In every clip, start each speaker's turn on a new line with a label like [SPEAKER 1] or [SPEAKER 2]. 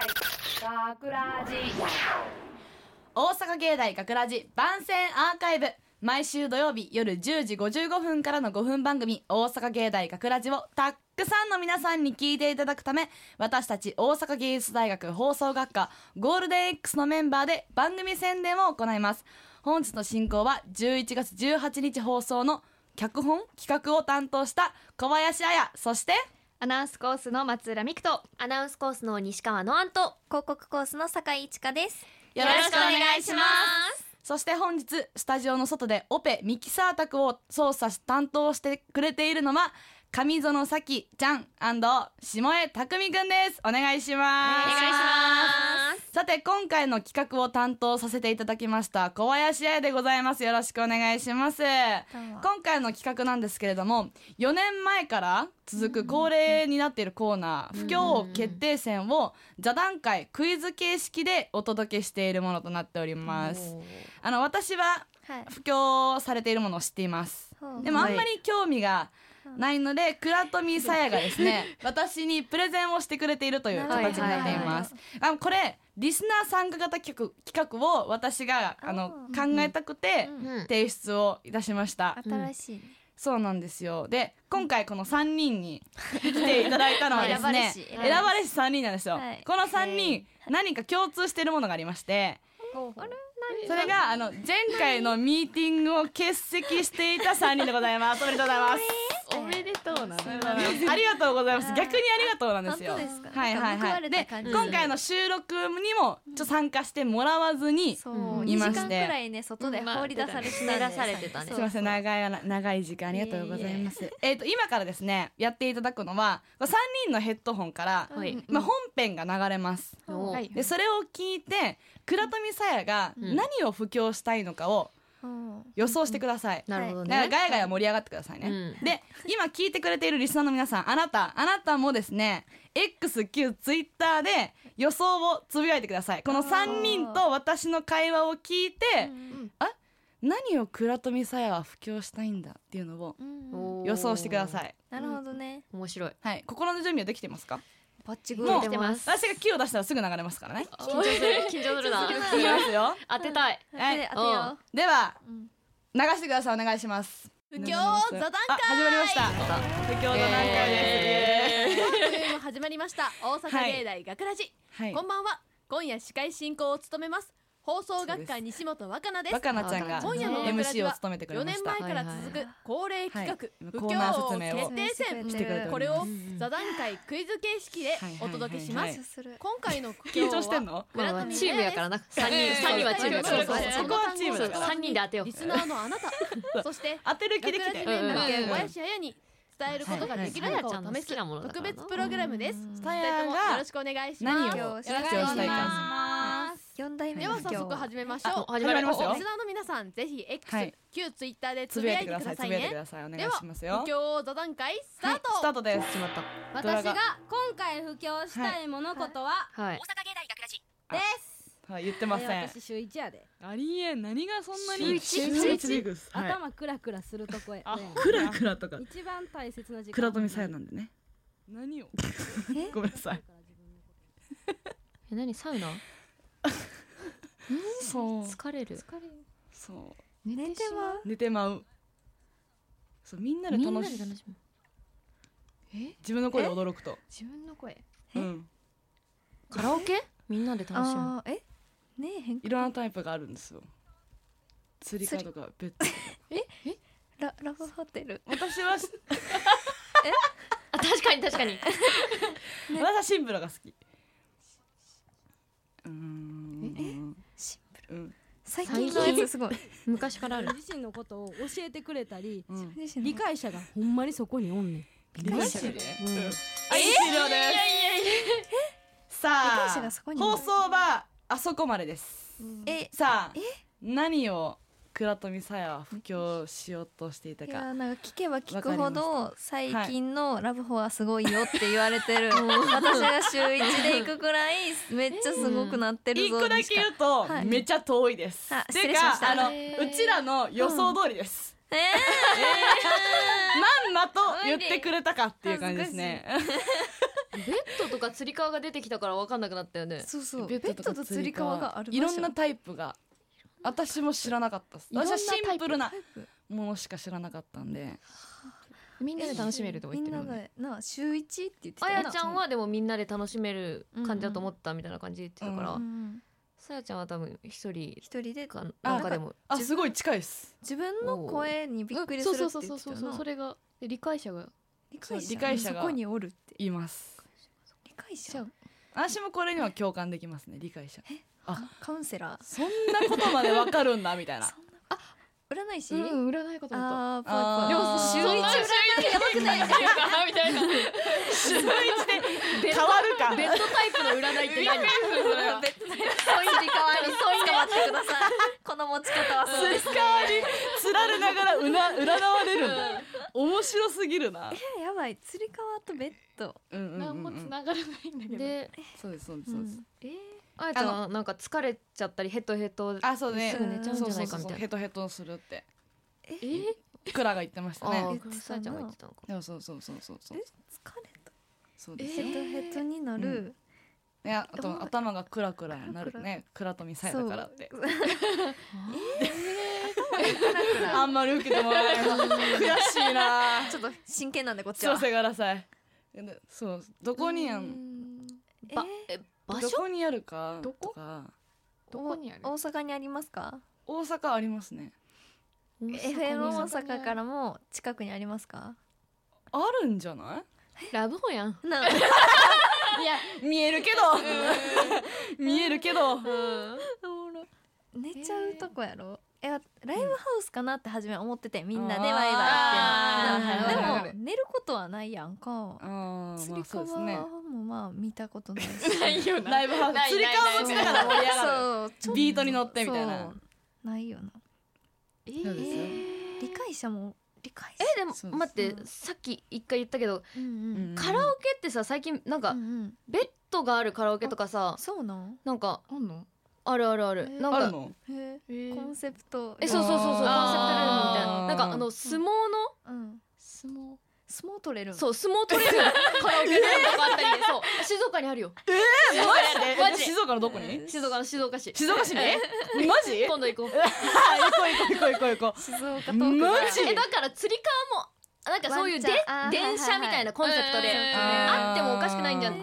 [SPEAKER 1] 学ラジ大阪芸大学ラジ番宣アーカイブ毎週土曜日夜10時55分からの5分番組「大阪芸大学ラジをたっくさんの皆さんに聞いていただくため私たち大阪芸術大学放送学科ゴールデン X のメンバーで番組宣伝を行います本日の進行は11月18日放送の脚本企画を担当した小林彩そして
[SPEAKER 2] アナウンスコースの松浦美久と
[SPEAKER 3] アナウンスコースの西川のあんと広告コースの酒井一華です
[SPEAKER 1] よ
[SPEAKER 2] ろしくお願いします
[SPEAKER 1] そして本日スタジオの外でオペミキサー宅を操作し担当してくれているのは上園咲ちゃん下江匠くんですお願いします
[SPEAKER 2] お願いし
[SPEAKER 3] ます
[SPEAKER 1] さて今回の企画を担当させていただきました小林彩でございますよろしくお願いします今回の企画なんですけれども4年前から続く恒例になっているコーナー「不況王決定戦」を座談会クイズ形式でお届けしているものとなっておりますあの私は
[SPEAKER 3] はい
[SPEAKER 1] 布教されているものを知っています
[SPEAKER 3] ほう
[SPEAKER 1] でもあんまり興味がないので倉富さやがですね私にプレゼンをしてくれているという形になっていますあのこれリスナー参加型企画企画を私があの
[SPEAKER 3] あ
[SPEAKER 1] 考えたくて
[SPEAKER 3] うん
[SPEAKER 1] 提出をいたしました
[SPEAKER 3] 新しいね
[SPEAKER 1] そうなんですよで今回この3人に来ていただいたのはですね
[SPEAKER 2] 選
[SPEAKER 1] 選
[SPEAKER 2] ば
[SPEAKER 1] ばれし3人なんですよ、
[SPEAKER 3] はい
[SPEAKER 1] この3人何か共通しているものがありまして
[SPEAKER 2] あれ
[SPEAKER 1] それがあの前回のミーティングを欠席していた3人でございますおめでとうございます
[SPEAKER 2] おめでとうな
[SPEAKER 1] おめでとうございますありがとうございます
[SPEAKER 3] あー
[SPEAKER 1] 逆にありがとうなんですよ
[SPEAKER 3] 本当ですか
[SPEAKER 1] はいはい
[SPEAKER 3] なんか報
[SPEAKER 1] は
[SPEAKER 3] わ
[SPEAKER 1] い
[SPEAKER 3] れ
[SPEAKER 1] で
[SPEAKER 3] た感じ
[SPEAKER 1] 今回の収録にもちょっと参加してもらわずにす
[SPEAKER 3] そう
[SPEAKER 2] うん
[SPEAKER 3] 二
[SPEAKER 1] い
[SPEAKER 3] 時
[SPEAKER 1] ま
[SPEAKER 3] 間
[SPEAKER 1] して
[SPEAKER 3] くらいね外で放り出されてたんで
[SPEAKER 2] まあ出たね出されてたね
[SPEAKER 3] そう
[SPEAKER 1] いません長い長い時間ありがとうございますえっと今からですねやっていただくのは3人のヘッドホンから
[SPEAKER 2] はい
[SPEAKER 3] うん
[SPEAKER 1] まあ本編が流れます
[SPEAKER 2] お
[SPEAKER 3] はい
[SPEAKER 1] でそれを聞いて倉富さやが
[SPEAKER 2] うん
[SPEAKER 1] 何を布教したいのかを
[SPEAKER 3] うん
[SPEAKER 1] 予想してください
[SPEAKER 2] なるほど
[SPEAKER 1] だから
[SPEAKER 2] ね
[SPEAKER 1] ガヤガヤ盛り上がってくださいね、
[SPEAKER 2] うん
[SPEAKER 1] で今聞いてくれているリスナーの皆さんあなたあなたもですね XQTwitter で予想をつぶやいてくださいこの3人と私の会話を聞いて何を倉富さやは布教したいんだっていうのを
[SPEAKER 3] うん
[SPEAKER 2] おー
[SPEAKER 1] 予想してください
[SPEAKER 3] なるほどね
[SPEAKER 2] 面白い
[SPEAKER 1] はい心の準備はできてますか
[SPEAKER 2] パッチ
[SPEAKER 1] グー
[SPEAKER 2] 来てます
[SPEAKER 1] 私がキーを出したらすぐ流れますからね
[SPEAKER 2] 緊張する緊張するな
[SPEAKER 1] 言いますよ
[SPEAKER 2] 当てたい
[SPEAKER 1] はい
[SPEAKER 3] で当てよ
[SPEAKER 1] では
[SPEAKER 3] ううん
[SPEAKER 1] 流してくださいお願いします
[SPEAKER 4] 不況座談
[SPEAKER 1] あ始まりました不況の段階です、
[SPEAKER 2] えー
[SPEAKER 4] 会というの始まりました大阪芸大学ラジ、
[SPEAKER 1] はい
[SPEAKER 4] こんばんは今夜司会進行を務めます放送学科西本若菜です
[SPEAKER 1] バカなちゃんが
[SPEAKER 4] 今夜の
[SPEAKER 1] MC を務めてくれ
[SPEAKER 4] 4
[SPEAKER 1] まし
[SPEAKER 4] 年
[SPEAKER 1] た
[SPEAKER 4] 前から続く恒例企画、
[SPEAKER 1] はい
[SPEAKER 4] 不
[SPEAKER 1] コーナー
[SPEAKER 4] 況
[SPEAKER 1] 説明を
[SPEAKER 4] 決定戦
[SPEAKER 1] してくれております
[SPEAKER 4] これを座談会クイズ形式でお届けします、
[SPEAKER 1] はい
[SPEAKER 3] する
[SPEAKER 4] 今回の不況
[SPEAKER 1] 緊張してん
[SPEAKER 4] は
[SPEAKER 1] の
[SPEAKER 2] まあまあチームやからな三人三人はチームやか
[SPEAKER 1] そう
[SPEAKER 2] ら
[SPEAKER 1] そうそうそこはチームだから
[SPEAKER 2] 三人で当てよう
[SPEAKER 4] リスナーのあな たそして
[SPEAKER 1] 当てる気
[SPEAKER 4] 学
[SPEAKER 1] で来
[SPEAKER 4] ラ
[SPEAKER 1] て
[SPEAKER 4] ジ
[SPEAKER 1] る
[SPEAKER 4] メ
[SPEAKER 2] うんう
[SPEAKER 4] ンバ
[SPEAKER 2] ん
[SPEAKER 4] ー
[SPEAKER 2] うん
[SPEAKER 4] 小林彩に伝えることができるのかを試す
[SPEAKER 2] はいはいはい
[SPEAKER 4] 特別プログラムです
[SPEAKER 3] うん
[SPEAKER 4] 二人ともよろしくお願いします
[SPEAKER 1] 何を
[SPEAKER 4] よ
[SPEAKER 1] よ
[SPEAKER 4] ろ
[SPEAKER 1] ろ
[SPEAKER 4] し
[SPEAKER 1] し
[SPEAKER 4] く
[SPEAKER 1] く
[SPEAKER 4] お
[SPEAKER 1] お
[SPEAKER 4] 願
[SPEAKER 1] 願いし
[SPEAKER 4] いしま
[SPEAKER 1] ます
[SPEAKER 3] 四代目
[SPEAKER 4] では早速始めましょう
[SPEAKER 2] あ始まります
[SPEAKER 1] よ
[SPEAKER 4] リスナーの皆さんぜひ X
[SPEAKER 1] はい
[SPEAKER 4] 旧 Twitter で
[SPEAKER 1] つ
[SPEAKER 4] つぶ
[SPEAKER 1] ぶ
[SPEAKER 4] や
[SPEAKER 1] や
[SPEAKER 4] い
[SPEAKER 1] い
[SPEAKER 4] て
[SPEAKER 1] て
[SPEAKER 4] く
[SPEAKER 1] く
[SPEAKER 4] だ
[SPEAKER 1] だ
[SPEAKER 4] さ
[SPEAKER 1] さ
[SPEAKER 4] い
[SPEAKER 1] い
[SPEAKER 4] ね
[SPEAKER 1] つぶやいてくださいお願い
[SPEAKER 4] では
[SPEAKER 1] します
[SPEAKER 4] 不
[SPEAKER 1] よ
[SPEAKER 4] 況座談会スタート
[SPEAKER 1] スタートです
[SPEAKER 5] 私
[SPEAKER 1] ド
[SPEAKER 5] が
[SPEAKER 1] ラが
[SPEAKER 5] 今回布教したい物事は、
[SPEAKER 2] はい
[SPEAKER 5] です、
[SPEAKER 1] はい言ってません
[SPEAKER 5] 私週一やで、
[SPEAKER 1] ありえん何がそんな
[SPEAKER 2] に週一週一
[SPEAKER 1] リグス
[SPEAKER 5] 頭クラクラするとこや、ね、
[SPEAKER 1] クラクラとか
[SPEAKER 5] 一番大切な時間
[SPEAKER 1] 倉富さやなんでね何をごめんなさい
[SPEAKER 2] え何サウナ
[SPEAKER 1] そう
[SPEAKER 2] 疲れる
[SPEAKER 1] そう
[SPEAKER 3] 寝てま
[SPEAKER 1] 寝てまうそうみんなで
[SPEAKER 2] みんな
[SPEAKER 1] 楽
[SPEAKER 2] で
[SPEAKER 1] しい
[SPEAKER 2] 楽しむ
[SPEAKER 1] 自分の声で驚くと
[SPEAKER 2] 自分の声
[SPEAKER 1] うん
[SPEAKER 2] カラオケみんなで楽しむ
[SPEAKER 3] あーえねえ変
[SPEAKER 1] いろんなタイプがあるんですよ釣りかとかベッド
[SPEAKER 3] ララブホテル
[SPEAKER 1] 私は
[SPEAKER 2] あ確かに確かに
[SPEAKER 1] 私はシンプルが好きうーん
[SPEAKER 3] シン
[SPEAKER 1] プルうん
[SPEAKER 3] 最近のやつすごい
[SPEAKER 2] 昔からある
[SPEAKER 5] 自身のことを教えてくれたり
[SPEAKER 1] うん
[SPEAKER 5] 理解者がほんまにそこにおんねん
[SPEAKER 1] 理解者でうん
[SPEAKER 2] うん
[SPEAKER 1] はい終了ですさ
[SPEAKER 3] 理解者が
[SPEAKER 1] あ
[SPEAKER 3] そこに
[SPEAKER 1] 放送はあそこまでです
[SPEAKER 3] え
[SPEAKER 1] さあ何を倉富さやは布教しようとしていた
[SPEAKER 3] いや
[SPEAKER 1] か
[SPEAKER 3] ーなんか聞けば聞くほど最近のラブホはすごいよって言われてる、私が週一で行くくらい めっちゃすごくなってる
[SPEAKER 1] 一
[SPEAKER 3] ぞ
[SPEAKER 1] 個だけ言うと
[SPEAKER 3] はい
[SPEAKER 1] めちゃ遠いです
[SPEAKER 3] あ
[SPEAKER 1] て
[SPEAKER 3] 失礼しまし
[SPEAKER 1] か
[SPEAKER 3] た
[SPEAKER 1] あのうちらの予想通りです
[SPEAKER 3] え
[SPEAKER 1] まんまと言ってくれたかっていう感じですね
[SPEAKER 2] ベッドとかつり革が出てきたから分かんなくなったよね
[SPEAKER 3] ー、そうそう
[SPEAKER 1] ベ
[SPEAKER 3] ベ
[SPEAKER 1] ッ
[SPEAKER 3] ッ
[SPEAKER 1] ド
[SPEAKER 3] ド
[SPEAKER 1] と
[SPEAKER 3] と
[SPEAKER 1] つ
[SPEAKER 3] つ
[SPEAKER 1] り
[SPEAKER 3] り
[SPEAKER 1] 革
[SPEAKER 3] 革
[SPEAKER 1] が
[SPEAKER 3] が
[SPEAKER 1] あ
[SPEAKER 3] あ
[SPEAKER 1] る
[SPEAKER 3] る
[SPEAKER 1] いろんなタイプが私も知らなかったです
[SPEAKER 2] いろん
[SPEAKER 1] 私
[SPEAKER 2] な
[SPEAKER 1] はシンプルな
[SPEAKER 3] タイプ
[SPEAKER 1] ものしか知らなかったんで
[SPEAKER 2] みんなで楽しめるとか
[SPEAKER 3] み
[SPEAKER 2] 言ってる
[SPEAKER 3] んな
[SPEAKER 2] もんね
[SPEAKER 3] でなあ週一って言ってた
[SPEAKER 2] あ
[SPEAKER 3] よな
[SPEAKER 2] やちゃんはでもみんなで楽しめる感じだと思ったみたいな感じで言ってたから、
[SPEAKER 3] うんうん
[SPEAKER 2] さやちゃんは多分一人
[SPEAKER 3] 一人で
[SPEAKER 2] か
[SPEAKER 1] あ
[SPEAKER 2] なんかでも
[SPEAKER 1] あすごい近いです
[SPEAKER 3] 自分の声にびっくりす
[SPEAKER 2] そう
[SPEAKER 3] る
[SPEAKER 2] そう
[SPEAKER 3] っ
[SPEAKER 2] そ
[SPEAKER 3] て
[SPEAKER 2] うそ
[SPEAKER 3] 言
[SPEAKER 2] うそ
[SPEAKER 3] ってたよ
[SPEAKER 2] うそ
[SPEAKER 3] な
[SPEAKER 2] れがで理解者が
[SPEAKER 3] 理解者
[SPEAKER 1] 理解者が
[SPEAKER 3] そこにおるって
[SPEAKER 1] います
[SPEAKER 3] 理解
[SPEAKER 2] じゃ
[SPEAKER 3] 者
[SPEAKER 2] あ
[SPEAKER 1] 私もこれには共感できますね理解者あ
[SPEAKER 3] カウンセラー
[SPEAKER 1] そんなことまでわかるんだみたいな
[SPEAKER 3] そんなあ占い師、
[SPEAKER 2] うん占いかと思った
[SPEAKER 3] あーぽいぽい
[SPEAKER 1] あー
[SPEAKER 3] でも週一占いやばくない
[SPEAKER 2] いいのかなみたいな
[SPEAKER 1] 週一 で変わるか
[SPEAKER 2] ベッドタイプの占いって何
[SPEAKER 3] そういう理科はあるそういうってく ださいこの持ち方はそうです
[SPEAKER 1] スカーにつられながらうな占われるんだ面白すぎるな
[SPEAKER 3] えやばいつり革とベッド
[SPEAKER 1] うんうん
[SPEAKER 4] 何
[SPEAKER 1] うんう
[SPEAKER 4] も
[SPEAKER 1] ん
[SPEAKER 4] 繋がらないんだけど
[SPEAKER 2] で
[SPEAKER 1] そうですそうですそうです
[SPEAKER 2] えーあやちゃんはなんか疲れちゃったりヘトヘト
[SPEAKER 1] あそうね
[SPEAKER 2] すぐ寝ちゃうんじ
[SPEAKER 1] そう
[SPEAKER 2] ゃな
[SPEAKER 1] そう
[SPEAKER 2] いか
[SPEAKER 1] そうそ
[SPEAKER 2] み
[SPEAKER 1] う
[SPEAKER 2] たいな
[SPEAKER 1] ヘトヘトするって
[SPEAKER 2] えー
[SPEAKER 1] クラが言ってました
[SPEAKER 2] あ
[SPEAKER 1] ね
[SPEAKER 2] ーこれさやちゃんが言ってたのか
[SPEAKER 1] でもそうそうそうそうそう
[SPEAKER 3] え疲れた
[SPEAKER 1] そうです
[SPEAKER 3] ヘ
[SPEAKER 1] よ、
[SPEAKER 3] トヘトになる、
[SPEAKER 1] いやあと
[SPEAKER 3] お
[SPEAKER 1] 頭がクラクラになるねクラとミサイだからって
[SPEAKER 3] そうえー
[SPEAKER 1] あんまり受けてもらえない悔しいな
[SPEAKER 3] ちょっと真剣なんでこっち
[SPEAKER 1] そう
[SPEAKER 3] は
[SPEAKER 1] せがらさいでそうどこにあ
[SPEAKER 2] うんん
[SPEAKER 3] えー
[SPEAKER 2] ばえ場
[SPEAKER 1] ど
[SPEAKER 2] 所
[SPEAKER 1] こにあるか
[SPEAKER 4] どこと
[SPEAKER 1] か
[SPEAKER 4] どこにある
[SPEAKER 3] 大阪にありますか
[SPEAKER 1] 大阪ありますね
[SPEAKER 3] FM 大阪からも近くにありますか
[SPEAKER 1] あるんじゃな
[SPEAKER 2] ラブホやん
[SPEAKER 3] な
[SPEAKER 4] いや
[SPEAKER 1] い見えるけど 見えるけど
[SPEAKER 3] 寝ちゃうとこやろえライブハウスかなって初め思っててみんなでワイワイ
[SPEAKER 1] あ
[SPEAKER 3] っ
[SPEAKER 1] ーは
[SPEAKER 3] て
[SPEAKER 1] いはい
[SPEAKER 3] な
[SPEAKER 1] はい
[SPEAKER 3] でも寝ることはないやんか
[SPEAKER 1] あー
[SPEAKER 3] つ
[SPEAKER 1] ま
[SPEAKER 3] り
[SPEAKER 1] あそう
[SPEAKER 3] 革
[SPEAKER 1] ですね
[SPEAKER 3] もまあ見たこ とないし
[SPEAKER 4] ないよ
[SPEAKER 1] ライブハウスつり革持ちながら盛り上が
[SPEAKER 3] そうちょ
[SPEAKER 1] る
[SPEAKER 3] っ
[SPEAKER 1] ビートに乗って
[SPEAKER 3] と
[SPEAKER 1] みたいな
[SPEAKER 3] そうないよな
[SPEAKER 2] え
[SPEAKER 1] そうですよ
[SPEAKER 3] 理解者も理解者
[SPEAKER 1] そう
[SPEAKER 2] えでも
[SPEAKER 1] そう
[SPEAKER 2] 待ってさっき一回言ったけど
[SPEAKER 3] うんうん
[SPEAKER 1] うん
[SPEAKER 2] カラオケってさ最近なんか
[SPEAKER 3] うんうん
[SPEAKER 2] ベッドがあるカラオケとかさ
[SPEAKER 3] そうなん
[SPEAKER 2] なんか
[SPEAKER 4] あんの
[SPEAKER 2] あるあるある
[SPEAKER 3] えー
[SPEAKER 2] なん
[SPEAKER 1] ある
[SPEAKER 2] か
[SPEAKER 1] の
[SPEAKER 3] へ
[SPEAKER 4] え
[SPEAKER 3] えコンセプト
[SPEAKER 2] えそうそうそうそうコンセプトルームみたい
[SPEAKER 1] あー
[SPEAKER 2] ななんかあの相撲の
[SPEAKER 3] うん
[SPEAKER 4] 相撲
[SPEAKER 3] 相撲取れるう
[SPEAKER 2] そう相撲取れるカラオケみたいなとかあったりそう静岡にあるよ
[SPEAKER 1] えマ
[SPEAKER 2] マ
[SPEAKER 1] ジ
[SPEAKER 2] ジ
[SPEAKER 1] で静岡のどこに
[SPEAKER 2] 静岡の静岡市
[SPEAKER 1] 静岡市にマジ行こ
[SPEAKER 2] 今度行こう
[SPEAKER 1] う行こう行こう行こう
[SPEAKER 3] 静岡トーク
[SPEAKER 1] マ
[SPEAKER 3] が
[SPEAKER 1] ジ
[SPEAKER 2] えだから釣り革もなんかそういうで
[SPEAKER 3] ワンちゃんあー
[SPEAKER 2] 電車みたいなコンセプトで
[SPEAKER 4] はいはいはい
[SPEAKER 2] あってもおかしくないんじゃ
[SPEAKER 1] あー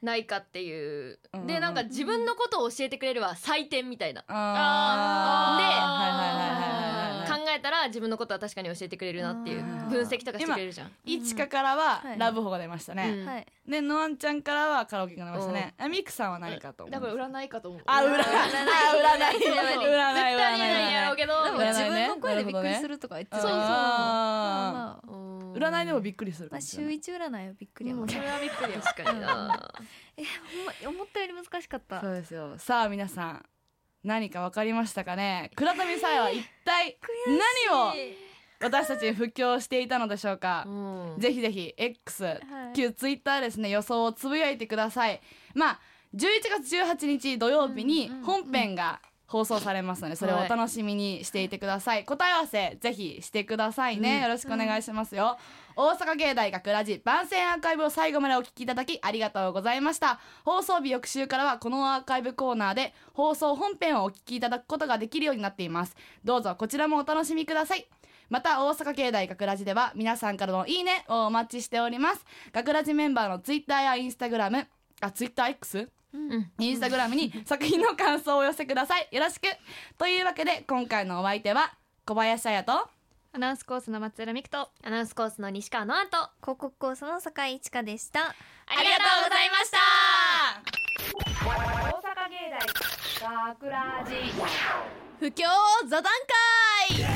[SPEAKER 2] ないかっていう
[SPEAKER 1] うん
[SPEAKER 2] でなんか自分のことを教えてくれるは採点みたいな
[SPEAKER 1] あーはいはいはいはいはいはい
[SPEAKER 2] 考えたら自分のことは確かに教えてくれるなっていう
[SPEAKER 3] あ
[SPEAKER 1] ー
[SPEAKER 2] 分析とかしてくれるじゃん
[SPEAKER 1] いちかからは
[SPEAKER 3] はい
[SPEAKER 1] ラブホが出ましたね、
[SPEAKER 2] うん
[SPEAKER 3] はい
[SPEAKER 1] でのあんちゃんからはカラオケが出ましたねあミクさんは何かと思う
[SPEAKER 4] だから占いかと思う
[SPEAKER 1] あ占いあ占い占い占い
[SPEAKER 2] 絶対にないやろ
[SPEAKER 1] 占
[SPEAKER 2] う
[SPEAKER 1] い
[SPEAKER 2] けど
[SPEAKER 3] でも
[SPEAKER 1] 占い
[SPEAKER 3] 自
[SPEAKER 1] ね
[SPEAKER 3] 分の声でびっくりするとか言ってた
[SPEAKER 1] そうそう
[SPEAKER 3] まあ
[SPEAKER 1] あ
[SPEAKER 3] まあ
[SPEAKER 1] ー占いでもびっくりする
[SPEAKER 3] ま
[SPEAKER 1] かも
[SPEAKER 3] あ
[SPEAKER 1] しれ
[SPEAKER 3] 週
[SPEAKER 1] ない
[SPEAKER 3] 一占いはびっくりやもん
[SPEAKER 4] そ
[SPEAKER 3] ね
[SPEAKER 4] れはびっくりよ
[SPEAKER 2] 確かにな
[SPEAKER 3] えほんま思ったより難しかった
[SPEAKER 1] そうですよさあ皆さん何かわかりましたかね倉富さえは一体何を私たちに布教していたのでしょうか
[SPEAKER 2] うん
[SPEAKER 1] ぜひぜひ X
[SPEAKER 3] はい
[SPEAKER 1] 旧ツイッターですね予想をつぶやいてくださいまあ11月18日土曜日に
[SPEAKER 3] うんうんうん
[SPEAKER 1] 本編が放送されますのでそれをお楽しみにしていてください、答え合わせぜひしてくださいね、よろしくお願いしますよ、大阪芸大学ラジ番宣アーカイブを最後までお聞きいただきありがとうございました放送日翌週からはこのアーカイブコーナーで放送本編をお聞きいただくことができるようになっていますどうぞこちらもお楽しみくださいまた大阪芸大学ラジでは皆さんからのいいねをお待ちしております学ラジメンバーのツイッターやインスタグラムあツイッター X?
[SPEAKER 2] うん
[SPEAKER 1] インスタグラムに作品の感想をお寄せくださいよろしくというわけで今回のお相手は小林彩と
[SPEAKER 4] アナウンスコースの松浦美久と
[SPEAKER 2] アナウンスコースの西川のあと
[SPEAKER 3] 広告コースの酒井一華でした
[SPEAKER 2] ありがとうございました
[SPEAKER 4] 不況座談会さ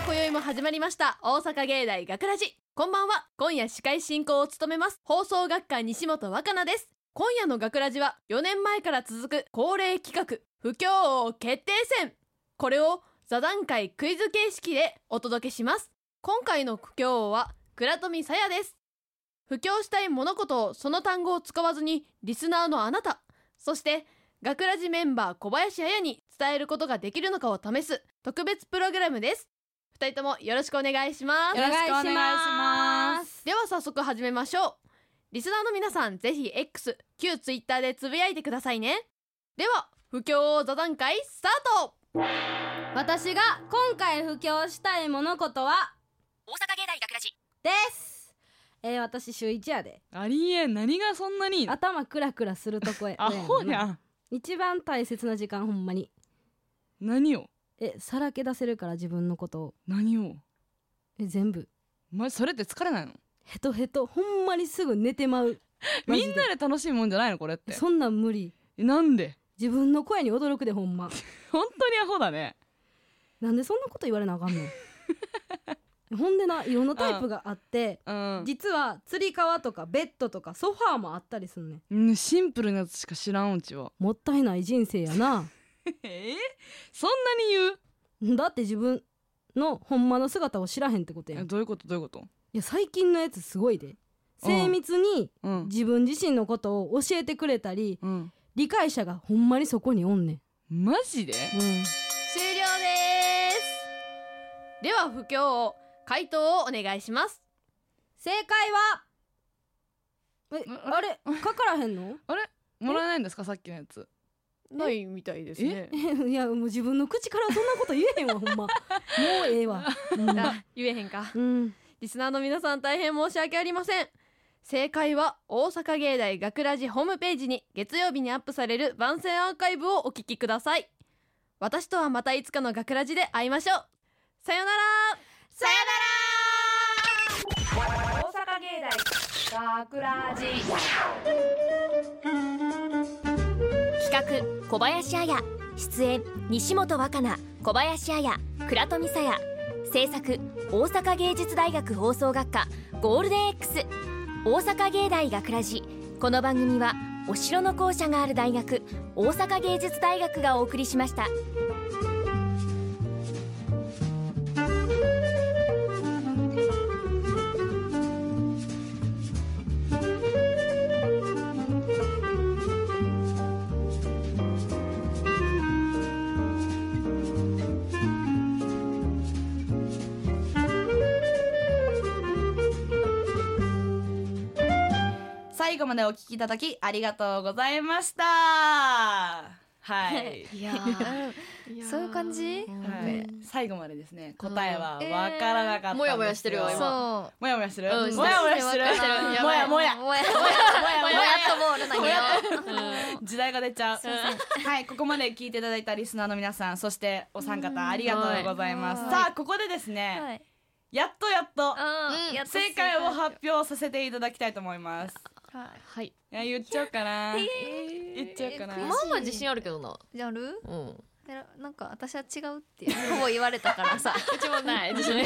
[SPEAKER 4] あ今宵も始まりました大阪芸大学ラジこんばんは今夜司会進行を務めます放送学科西本若菜です今夜の学ラジは4年前から続く恒例企画不況王決定戦これを座談会クイズ形式でお届けします今回の不況王は倉富さやです布教したい物事をその単語を使わずにリスナーのあなたそして学ラジメンバー小林彩に伝えることができるのかを試す特別プログラムです二人ともよろしくお願いします
[SPEAKER 1] よろしくお願いします
[SPEAKER 4] では早速始めましょうリスナーの皆さんぜひ X 旧 Twitter でつぶやいてくださいねでは不況座談会スタート
[SPEAKER 6] 私が今回布教したい物事は
[SPEAKER 7] 大阪芸大学ラジ
[SPEAKER 6] ですえー、私週一やで
[SPEAKER 1] ありえん何がそんなに
[SPEAKER 5] 頭クラクラするとこへ
[SPEAKER 1] アホやん
[SPEAKER 5] 一番大切な時間ほんまに
[SPEAKER 1] 何を
[SPEAKER 5] えさらけ出せるから自分のことを
[SPEAKER 1] 何を
[SPEAKER 5] え全部
[SPEAKER 1] まそれって疲れないの
[SPEAKER 5] ヘトヘトほんまにすぐ寝てまうマジ で
[SPEAKER 1] みんなで楽しいもんじゃないのこれって
[SPEAKER 5] そんなん無理
[SPEAKER 1] えなんで
[SPEAKER 5] 自分の声に驚くでほんま
[SPEAKER 1] 本当にアホだね
[SPEAKER 5] なんでそんなこと言われなあかんの ほんでないろんなタイプがあって、
[SPEAKER 1] うん
[SPEAKER 5] 実はつり革とかベッドとかソファーもあったりすんねん
[SPEAKER 1] うんシンプルなやつしか知らんうちは
[SPEAKER 5] もったいない人生やな
[SPEAKER 1] えそんなに言う
[SPEAKER 5] だって自分のほんまの姿を知らへんってことやん
[SPEAKER 1] え
[SPEAKER 5] い
[SPEAKER 1] どういうことどういうこと
[SPEAKER 5] や最近のやつすごいで精密に
[SPEAKER 1] うん
[SPEAKER 5] 自分自身のことを教えてくれたり
[SPEAKER 1] うん
[SPEAKER 5] 理解者がほんまにそこにおんねん
[SPEAKER 1] マジで
[SPEAKER 4] 終了ですでは不況回答をお願いします
[SPEAKER 6] 正解は
[SPEAKER 5] え
[SPEAKER 1] あ
[SPEAKER 5] あれかからへんの
[SPEAKER 1] もらえないんですかさっきのやつ
[SPEAKER 4] ないみたいですね
[SPEAKER 5] いやもう自分の口からそんなこと言えへんわほんま もうええわ
[SPEAKER 4] あ言えへんか
[SPEAKER 5] うん
[SPEAKER 4] リスナーの皆さん大変申し訳ありません正解は大阪芸大学ラジホームページに月曜日にアップされる番宣アーカイブをお聞きください私とはまたいつかの学ラジで会いましょうさよならさよなら
[SPEAKER 6] 大阪芸大学ラジ
[SPEAKER 7] 企画小林彩出演西本若菜小林彩倉富沙耶制作大阪芸術大学放送学科ゴールデン X 大阪芸大学ラジこの番組はお城の校舎がある大学大阪芸術大学がお送りしました
[SPEAKER 1] 最後までお聞きいただきありがとうございましたはい、
[SPEAKER 3] いやーそういう感じ
[SPEAKER 1] はい、最後までですね答えはわからなかったんですよ、
[SPEAKER 2] もやもやしてるわ今
[SPEAKER 3] そ
[SPEAKER 1] もやもやしてる、
[SPEAKER 2] うん
[SPEAKER 1] もやもやしてる
[SPEAKER 3] もやもやしてるや
[SPEAKER 1] も
[SPEAKER 3] ばい
[SPEAKER 1] やもや
[SPEAKER 3] うもや
[SPEAKER 1] も
[SPEAKER 3] も
[SPEAKER 1] や
[SPEAKER 3] やっとボール投げよう
[SPEAKER 1] 時代が出ちゃうはいここまで聞いていただいたリスナーの皆さんそしてお三方ありがとうございます、
[SPEAKER 3] はい
[SPEAKER 1] さあここでですね、
[SPEAKER 3] はい
[SPEAKER 1] やっとやっと
[SPEAKER 3] あーやっと
[SPEAKER 1] 正解を発表させていただきたいと思います
[SPEAKER 2] はい
[SPEAKER 1] いや言っちゃおうかな言っちゃおうかな
[SPEAKER 2] まあまあ自信あるけどな
[SPEAKER 3] やる
[SPEAKER 2] うん
[SPEAKER 3] やらなんか私は違うってほぼ言われたからさ
[SPEAKER 2] うちも ない自信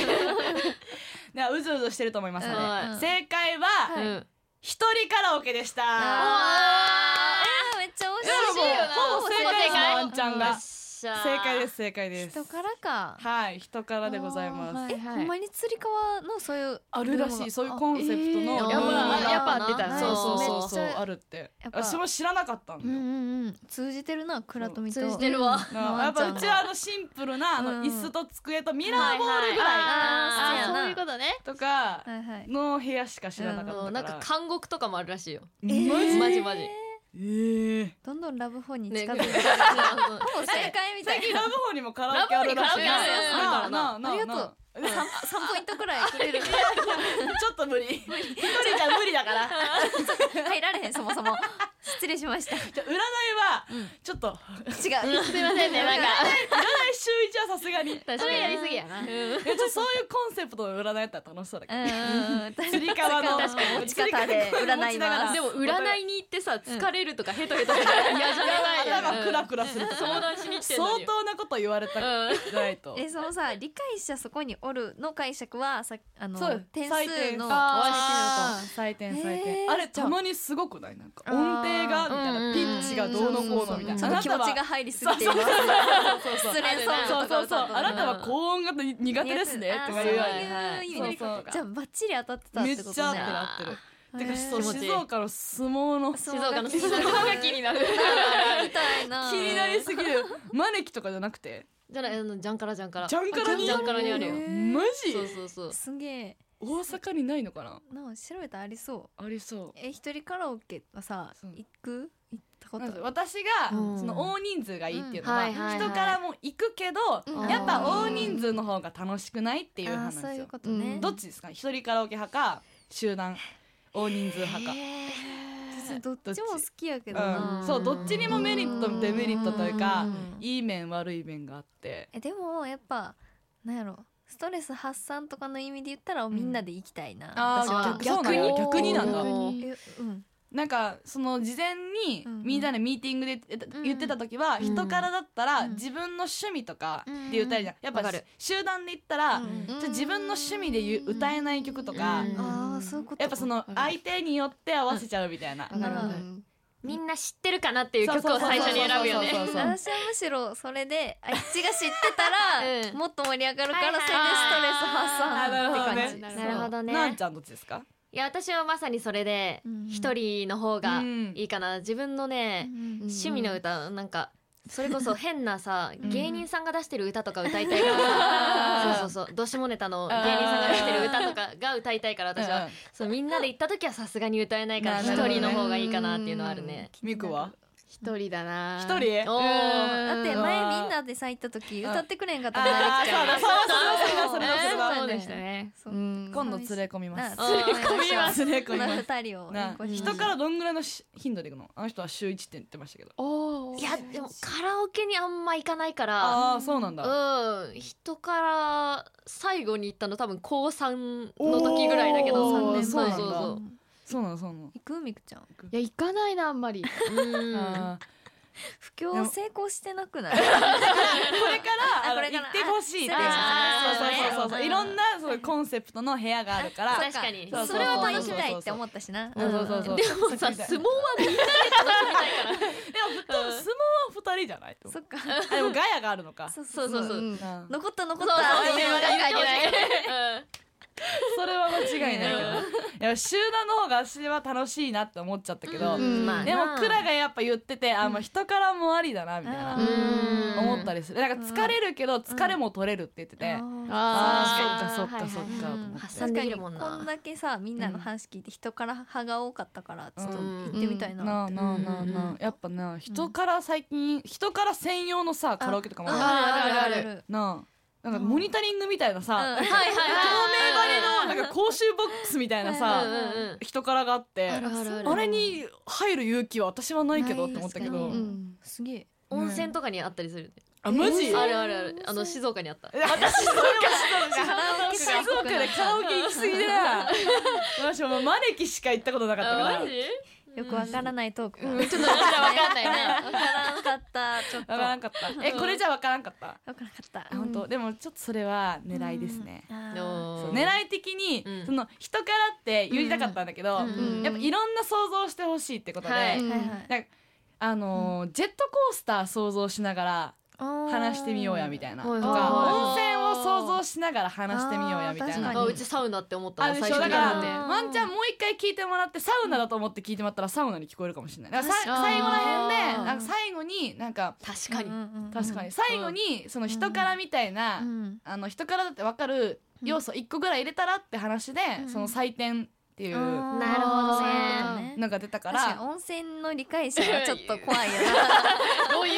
[SPEAKER 1] ではうずうずしてると思いますので、
[SPEAKER 2] はい
[SPEAKER 1] 正解は
[SPEAKER 2] う
[SPEAKER 3] はい
[SPEAKER 2] ん
[SPEAKER 1] 一人カラオケでした
[SPEAKER 3] あーめっちゃ惜しい
[SPEAKER 1] でもほぼ正解ですワンちゃん
[SPEAKER 2] よ
[SPEAKER 1] が
[SPEAKER 2] っしゃー
[SPEAKER 1] 正解です正解です
[SPEAKER 3] 人からか
[SPEAKER 1] はい人からでございます、
[SPEAKER 2] はい
[SPEAKER 3] え
[SPEAKER 2] はい
[SPEAKER 3] ほんまにつり革のそういう
[SPEAKER 1] あるらしいそういうコンセプトの
[SPEAKER 2] えー
[SPEAKER 1] ルームが
[SPEAKER 2] やっぱやっぱ出た
[SPEAKER 1] な
[SPEAKER 2] な
[SPEAKER 1] そうそうそうそう
[SPEAKER 3] めっちゃ
[SPEAKER 1] あるって
[SPEAKER 3] やっぱ
[SPEAKER 1] 私も知らなかったんだ
[SPEAKER 3] うんう
[SPEAKER 1] よ
[SPEAKER 3] んうん通じてるな倉富と
[SPEAKER 2] 通じてるわ
[SPEAKER 1] なやっぱうちはあのシンプルなあ
[SPEAKER 3] う
[SPEAKER 1] の
[SPEAKER 3] ん
[SPEAKER 1] 椅子と机とミラーボールぐらい
[SPEAKER 3] あー
[SPEAKER 2] あー
[SPEAKER 3] そうやな
[SPEAKER 2] そういうことね
[SPEAKER 1] とか
[SPEAKER 3] はいはい
[SPEAKER 1] の部屋しか知らなかった
[SPEAKER 2] う
[SPEAKER 1] か
[SPEAKER 2] ん
[SPEAKER 1] ら
[SPEAKER 2] なんか監獄とかもあるらしいよ
[SPEAKER 1] マ
[SPEAKER 2] マ
[SPEAKER 1] ジ
[SPEAKER 2] ジマジ
[SPEAKER 1] えー
[SPEAKER 3] どんどんラブホに
[SPEAKER 2] ね
[SPEAKER 3] 近づいて るほぼ正解みたい
[SPEAKER 1] 最近
[SPEAKER 3] な
[SPEAKER 1] ラブホにもカラオケあるらしい
[SPEAKER 2] ラブホにカラ
[SPEAKER 1] な
[SPEAKER 2] オケあ
[SPEAKER 1] あ
[SPEAKER 2] る
[SPEAKER 1] なあなあ
[SPEAKER 3] ありがとう
[SPEAKER 1] なあ
[SPEAKER 3] 三三ポイントくらいくれる
[SPEAKER 1] ちょっと無理一人じゃ無理だから
[SPEAKER 3] 入られへんそもそも失礼しました
[SPEAKER 1] じゃあ占いはちょっと占い
[SPEAKER 3] 違う
[SPEAKER 2] すいませんねなんか
[SPEAKER 1] 週一はさすがに
[SPEAKER 2] 確かにやりすぎやな
[SPEAKER 1] えちょっとそういうコンセプトの占いやったら楽しそうだけど
[SPEAKER 3] うん
[SPEAKER 1] つり革の
[SPEAKER 3] 確かに持ち方で占います
[SPEAKER 2] でも占いに行ってさ疲れるとかヘトヘトとか嫌じゃない
[SPEAKER 1] 頭がクラクラする
[SPEAKER 2] 相談しに来てん
[SPEAKER 1] 相
[SPEAKER 2] のに
[SPEAKER 1] 当なこと言われたじゃないと
[SPEAKER 3] えそのさ理解者そこにおるの解釈はさあの
[SPEAKER 1] そう
[SPEAKER 3] 点
[SPEAKER 1] 採
[SPEAKER 3] 数
[SPEAKER 1] 点
[SPEAKER 3] の
[SPEAKER 1] あー採点採点
[SPEAKER 3] えー
[SPEAKER 1] あれたまにすごくないなんか音程がみたいなピッチがどうのこうのみたいな
[SPEAKER 3] ちょ
[SPEAKER 1] あ
[SPEAKER 3] っと
[SPEAKER 1] な
[SPEAKER 3] 気
[SPEAKER 1] た
[SPEAKER 3] 持ちが
[SPEAKER 1] は
[SPEAKER 3] 入りすぎています
[SPEAKER 1] そうそう
[SPEAKER 3] 失恋ソング
[SPEAKER 1] そうそ
[SPEAKER 3] とか
[SPEAKER 1] うそう
[SPEAKER 3] 歌うと
[SPEAKER 1] あなたは高音が苦手ですね
[SPEAKER 3] あ
[SPEAKER 1] と
[SPEAKER 3] そ
[SPEAKER 1] か
[SPEAKER 3] う
[SPEAKER 1] 言
[SPEAKER 3] いう
[SPEAKER 1] わ
[SPEAKER 2] れる
[SPEAKER 3] 意味
[SPEAKER 1] そうそう
[SPEAKER 3] じゃあバッチリ当たってたっ
[SPEAKER 1] めってち
[SPEAKER 3] こ
[SPEAKER 1] ゃ合っ
[SPEAKER 3] と
[SPEAKER 1] てる
[SPEAKER 3] ね
[SPEAKER 1] 合ってるてかそう
[SPEAKER 2] 気持ちいい
[SPEAKER 1] 静岡の相撲の
[SPEAKER 2] 静岡の静
[SPEAKER 3] み
[SPEAKER 2] 岡が気になる
[SPEAKER 3] たいな
[SPEAKER 1] 気になりすぎるマネキとかじゃなくて
[SPEAKER 2] じゃないあのジャンカラジャンカラ
[SPEAKER 1] ジャンカラに
[SPEAKER 2] ジャンカラにあるよ
[SPEAKER 1] マジ
[SPEAKER 2] そうそうそう
[SPEAKER 3] すげえ
[SPEAKER 1] 大阪にないのかな
[SPEAKER 3] なんか調べたらありそう
[SPEAKER 1] ありそ
[SPEAKER 3] え一人カラオケはさ
[SPEAKER 1] そう
[SPEAKER 3] 行く行ったこ
[SPEAKER 1] う
[SPEAKER 3] と
[SPEAKER 1] な
[SPEAKER 3] あ
[SPEAKER 1] ん
[SPEAKER 3] る
[SPEAKER 1] か私が
[SPEAKER 2] うん
[SPEAKER 1] その大人数がいいっていうの
[SPEAKER 2] うん
[SPEAKER 1] は
[SPEAKER 2] はいはいはい
[SPEAKER 1] 人からも行くけど
[SPEAKER 3] うん
[SPEAKER 1] やっぱ大人数の方が楽しくないっていう
[SPEAKER 3] あー
[SPEAKER 1] 話
[SPEAKER 3] そう
[SPEAKER 1] です
[SPEAKER 3] いう
[SPEAKER 1] よ
[SPEAKER 3] ことね、
[SPEAKER 1] どっちですか一人カラオケ派か集団大人数派か
[SPEAKER 3] 別にどっちも好きやけどな、
[SPEAKER 1] うん、そうどっちにもメリットデメリットというか
[SPEAKER 3] うん
[SPEAKER 1] いい面悪い面があって
[SPEAKER 3] えでもやっぱなんやろストレス発散とかの意味で言ったらみんなで行きたいな、
[SPEAKER 1] あ
[SPEAKER 3] 私は
[SPEAKER 1] ー
[SPEAKER 2] あー
[SPEAKER 1] 逆そうなんや逆になんだ
[SPEAKER 2] うん
[SPEAKER 3] えうん
[SPEAKER 1] なんかその事前に
[SPEAKER 3] うんうん
[SPEAKER 1] みんなでミーティングでえっと
[SPEAKER 3] ん
[SPEAKER 1] 言ってた時は人からだったら
[SPEAKER 3] うん
[SPEAKER 1] 自分の趣味とかって言ったりじゃんやっぱ
[SPEAKER 2] わかる
[SPEAKER 1] 集団で言ったら
[SPEAKER 2] ん
[SPEAKER 1] ちょっと自分の趣味で言う歌えない曲とか
[SPEAKER 2] うん
[SPEAKER 3] ああそういうこと
[SPEAKER 1] やっぱその相手によって合わせちゃうみたいな。
[SPEAKER 3] なる
[SPEAKER 2] わかるみんな知ってるかなっていう曲を最初に選ぶよね
[SPEAKER 1] そうそうそうそう
[SPEAKER 3] 私はむしろそれであいちが知って たら、
[SPEAKER 2] うん
[SPEAKER 3] もっと盛り上がるから
[SPEAKER 2] はい
[SPEAKER 3] そ
[SPEAKER 2] は
[SPEAKER 3] れ
[SPEAKER 2] い
[SPEAKER 3] でストレス発散
[SPEAKER 1] あーなるほどね
[SPEAKER 3] って感じ
[SPEAKER 2] なるほどね
[SPEAKER 1] なんちゃんどっちですか？
[SPEAKER 2] いや私はまさにそれで
[SPEAKER 3] うん
[SPEAKER 2] 一人の方が
[SPEAKER 1] うん
[SPEAKER 2] いいかな自分のね
[SPEAKER 3] うん
[SPEAKER 2] 趣味の歌なんかそれ こそ変なさ
[SPEAKER 3] ん
[SPEAKER 2] 芸人さんが出してる歌とか歌いたい からさそうそうそうどしもネタの芸人さんが出してる歌とかが歌いたいから私は
[SPEAKER 1] うん
[SPEAKER 2] そうみんなで行った時はさすがに歌えないか
[SPEAKER 1] な
[SPEAKER 2] ら一
[SPEAKER 1] るほどね
[SPEAKER 2] 人の方がいいかなっていうのはあるね。
[SPEAKER 1] ミクは？
[SPEAKER 4] 一人だな
[SPEAKER 1] 一人？
[SPEAKER 2] おー
[SPEAKER 3] だって
[SPEAKER 1] うわ
[SPEAKER 3] 前
[SPEAKER 1] ー
[SPEAKER 3] みんなでさ行った時
[SPEAKER 1] ん
[SPEAKER 3] 歌ってくれんかった
[SPEAKER 1] あ
[SPEAKER 3] から
[SPEAKER 1] あーそうだそうだそうだそれだそれだ
[SPEAKER 2] そ
[SPEAKER 1] そううだ。
[SPEAKER 2] でしたね。
[SPEAKER 3] そう
[SPEAKER 1] 今度連れ込みます。
[SPEAKER 3] な連れ込みましょう
[SPEAKER 1] 連れ込
[SPEAKER 3] こ
[SPEAKER 1] み
[SPEAKER 3] の
[SPEAKER 1] ます。
[SPEAKER 3] 二人を
[SPEAKER 1] な
[SPEAKER 3] 連呼しましょ
[SPEAKER 1] 人
[SPEAKER 3] う
[SPEAKER 1] からどんぐらいのし頻度で行くの？あの人は週一って言ってましたけど。
[SPEAKER 4] お
[SPEAKER 2] いやでもカラオケにあんま行かないから。
[SPEAKER 1] ああーそうなんだ。
[SPEAKER 2] うん人から最後に行ったの多分高三の時ぐらいだけど
[SPEAKER 1] おー
[SPEAKER 2] 3年前
[SPEAKER 1] そうなんだ
[SPEAKER 2] そう
[SPEAKER 1] そうなのそうなの。
[SPEAKER 3] 行くみくちゃん
[SPEAKER 4] いや行かないなあんまり
[SPEAKER 2] そううん
[SPEAKER 1] あー
[SPEAKER 3] 布教成功してな くない
[SPEAKER 1] これからあの行っ
[SPEAKER 3] あこれから
[SPEAKER 1] てほしいって。
[SPEAKER 2] あ
[SPEAKER 1] そうそうそう
[SPEAKER 3] そう
[SPEAKER 1] そう。
[SPEAKER 3] ね
[SPEAKER 1] いろんなそうコンセプトの部屋があるから。
[SPEAKER 2] 確かに
[SPEAKER 1] そう
[SPEAKER 3] それは楽しみたいって思ったしな
[SPEAKER 1] そうそうそうそう。で
[SPEAKER 2] でもさ相撲はみんなで楽しみたいから
[SPEAKER 1] 多分相撲は二人じゃないと思
[SPEAKER 3] そっか
[SPEAKER 1] う。あでもガヤがあるのか。
[SPEAKER 3] そう
[SPEAKER 2] そうそうそう
[SPEAKER 3] うん
[SPEAKER 1] うん
[SPEAKER 3] 残った残
[SPEAKER 2] そ
[SPEAKER 3] っ
[SPEAKER 2] う
[SPEAKER 3] た
[SPEAKER 2] そう言
[SPEAKER 3] って言わ
[SPEAKER 2] っ
[SPEAKER 3] な
[SPEAKER 2] て
[SPEAKER 3] きゃ
[SPEAKER 2] ほし
[SPEAKER 3] いけない
[SPEAKER 2] いうん
[SPEAKER 1] それは間違いないけど。いや集団の方が私は楽しいなって思っちゃったけど。
[SPEAKER 3] ん
[SPEAKER 2] まあ
[SPEAKER 1] でも
[SPEAKER 2] な
[SPEAKER 1] クラがやっぱ言っててあまあ人からもありだなみたいな
[SPEAKER 2] う。ん
[SPEAKER 1] 思ったりするなんか疲れるけど疲れも取れるって言ってて、
[SPEAKER 3] あ
[SPEAKER 1] ああ
[SPEAKER 2] あー
[SPEAKER 1] そっかそっかそっか
[SPEAKER 3] はいはい
[SPEAKER 1] と思って
[SPEAKER 2] 発散
[SPEAKER 3] 確
[SPEAKER 2] で
[SPEAKER 3] か
[SPEAKER 2] き
[SPEAKER 3] に
[SPEAKER 2] る
[SPEAKER 3] こ
[SPEAKER 2] もんなん
[SPEAKER 3] だけさみんなの話聞いて人から派が多かったからちょっと行ってみたい
[SPEAKER 1] な
[SPEAKER 3] な
[SPEAKER 1] あなあなあなあやっぱな人から最近人から専用のさカラオケとかもある
[SPEAKER 2] あるあるある
[SPEAKER 3] る
[SPEAKER 1] なあなんかモニタリングみたいな さ
[SPEAKER 3] うん
[SPEAKER 1] 透
[SPEAKER 2] はいはい
[SPEAKER 1] 明バレ
[SPEAKER 2] は
[SPEAKER 1] のなんか公衆ボックスみたいなさ
[SPEAKER 2] いうんうんうん
[SPEAKER 1] 人からがあって
[SPEAKER 2] あるあるある
[SPEAKER 1] あれに入る勇気は私はないけどって思ったけど
[SPEAKER 3] うんすげえ
[SPEAKER 2] 温泉とかにあったりする
[SPEAKER 1] あマジ
[SPEAKER 2] あるあるあるあの静岡にあった
[SPEAKER 1] 私それ
[SPEAKER 3] カラオケ
[SPEAKER 1] 静岡でカラオケ行き過ぎでな私もうマネキしか行ったことなかったから
[SPEAKER 2] あマジ
[SPEAKER 3] よくわからないトークが
[SPEAKER 2] ちょっと私らわかんないな
[SPEAKER 3] わからんかったちょっと
[SPEAKER 1] わか
[SPEAKER 3] わかららん
[SPEAKER 1] ん
[SPEAKER 3] か
[SPEAKER 1] かったえこれじゃわからんかった
[SPEAKER 3] った
[SPEAKER 1] あ本当でもちょっとそれは狙いですね
[SPEAKER 3] あ
[SPEAKER 1] そう
[SPEAKER 2] の
[SPEAKER 1] 狙い的に
[SPEAKER 2] うん
[SPEAKER 1] その人からって言いたかったんだけど
[SPEAKER 3] ん
[SPEAKER 1] やっぱいろんな想像してほしいってこと
[SPEAKER 2] は
[SPEAKER 1] で
[SPEAKER 3] ー
[SPEAKER 2] い
[SPEAKER 3] はいはい
[SPEAKER 1] なんかあのージェットコースター想像しながら話してみようやみ
[SPEAKER 3] い
[SPEAKER 1] たいな
[SPEAKER 2] は
[SPEAKER 1] と
[SPEAKER 2] い
[SPEAKER 1] か温
[SPEAKER 2] は
[SPEAKER 1] 泉
[SPEAKER 2] い
[SPEAKER 1] を想像しながら話してみようやみたい
[SPEAKER 3] あー確
[SPEAKER 1] な
[SPEAKER 3] か
[SPEAKER 2] あ
[SPEAKER 3] に
[SPEAKER 2] うちサウナって思った
[SPEAKER 1] あ
[SPEAKER 2] の
[SPEAKER 1] るで
[SPEAKER 2] 最
[SPEAKER 1] しょ
[SPEAKER 2] 初
[SPEAKER 1] だか
[SPEAKER 2] な
[SPEAKER 1] ら
[SPEAKER 2] んで
[SPEAKER 3] あ
[SPEAKER 1] ワンちゃんもう一回聞いてもらってサウナだと思って聞いてもらったらサウナに聞こえるかもしれないだからさ
[SPEAKER 4] 確かに
[SPEAKER 1] 最後らへん
[SPEAKER 4] あ
[SPEAKER 1] で
[SPEAKER 4] ー
[SPEAKER 1] なんか最後になんか
[SPEAKER 2] 確かに
[SPEAKER 1] 確かに最後にその人からみたいな、あの人からだって分かる要素1個ぐらい入れたらって話で、その採点っていうの
[SPEAKER 2] なるほどね
[SPEAKER 1] が出たか
[SPEAKER 3] 確かに
[SPEAKER 1] ら。
[SPEAKER 3] 温泉の理解者はちょっと怖いよ
[SPEAKER 2] どうい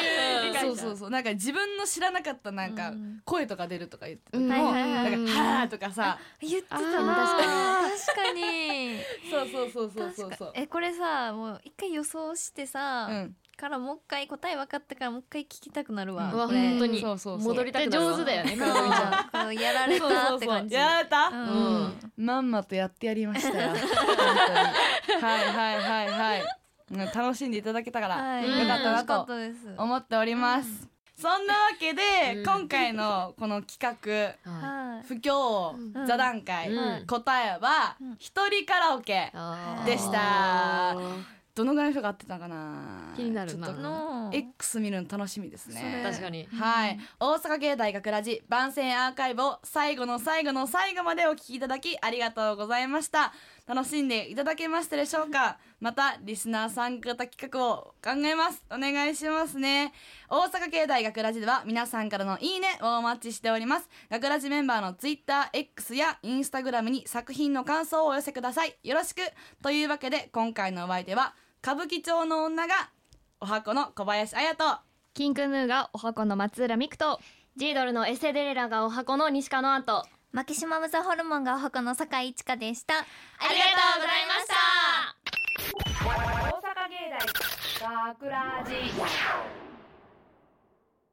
[SPEAKER 2] う理解
[SPEAKER 1] そうそうそうなんか自分の知らなかったなんか
[SPEAKER 3] うん
[SPEAKER 1] 声とか出るとか言ってた
[SPEAKER 3] な
[SPEAKER 1] も
[SPEAKER 3] は
[SPEAKER 1] う
[SPEAKER 3] い
[SPEAKER 1] なん
[SPEAKER 3] はいはい
[SPEAKER 1] かはーとかさ
[SPEAKER 3] 言ってたな確かに
[SPEAKER 1] そうそうそうそうそ
[SPEAKER 3] 確
[SPEAKER 1] うそ
[SPEAKER 3] か
[SPEAKER 1] う
[SPEAKER 3] えこれさもう一回予想してさ、
[SPEAKER 1] うん
[SPEAKER 3] からもう一回答え分かったからもう一回聞きたくなるわ、
[SPEAKER 1] う
[SPEAKER 2] うわ
[SPEAKER 3] これ
[SPEAKER 2] 本当に
[SPEAKER 1] そうそうそう
[SPEAKER 2] 戻りたくなるわ
[SPEAKER 4] 上手だよね
[SPEAKER 3] うんこうやられたって感じ
[SPEAKER 1] やられた、
[SPEAKER 3] うん
[SPEAKER 1] まんまとやってやりました よ本当にはいはいはいはいうん楽しんでいただけたから、
[SPEAKER 3] はい
[SPEAKER 1] よかったな
[SPEAKER 3] 楽しか
[SPEAKER 1] と
[SPEAKER 3] ったです
[SPEAKER 1] 思っております、そんなわけで、
[SPEAKER 2] うん
[SPEAKER 1] 今回のこの企画
[SPEAKER 2] はい
[SPEAKER 3] はい
[SPEAKER 1] 不況
[SPEAKER 3] ん
[SPEAKER 1] 座談会、
[SPEAKER 2] うん
[SPEAKER 1] 答えは
[SPEAKER 3] うん
[SPEAKER 1] 一人カラオケ
[SPEAKER 2] あー
[SPEAKER 1] でしたどのぐらいの人が合ってたかな
[SPEAKER 4] 気になるな
[SPEAKER 1] ちょっと
[SPEAKER 3] の
[SPEAKER 1] X 見るの楽しみですね
[SPEAKER 2] 確かに
[SPEAKER 1] はい、大阪芸大学ラジ番宣アーカイブを最後の最後の最後までお聞きいただきありがとうございました楽しんでいただけましたでしょうかまたリスナー参加型企画を考えますお願いしますね大阪芸大学ラジでは皆さんからのいいねをお待ちしております学ラジメンバーのツイッター X やインスタグラムに作品の感想をお寄せくださいよろしくというわけで今回のお相手は歌舞伎町の女がお箱の小林彩と
[SPEAKER 8] キンクヌーがお箱の松浦美久と
[SPEAKER 2] ジードルのエセデレラがお箱の西川のアンと
[SPEAKER 3] マキシマムザホルモンがお箱の酒井千佳でした
[SPEAKER 7] ありがとうございました
[SPEAKER 9] 大阪芸大学ラジ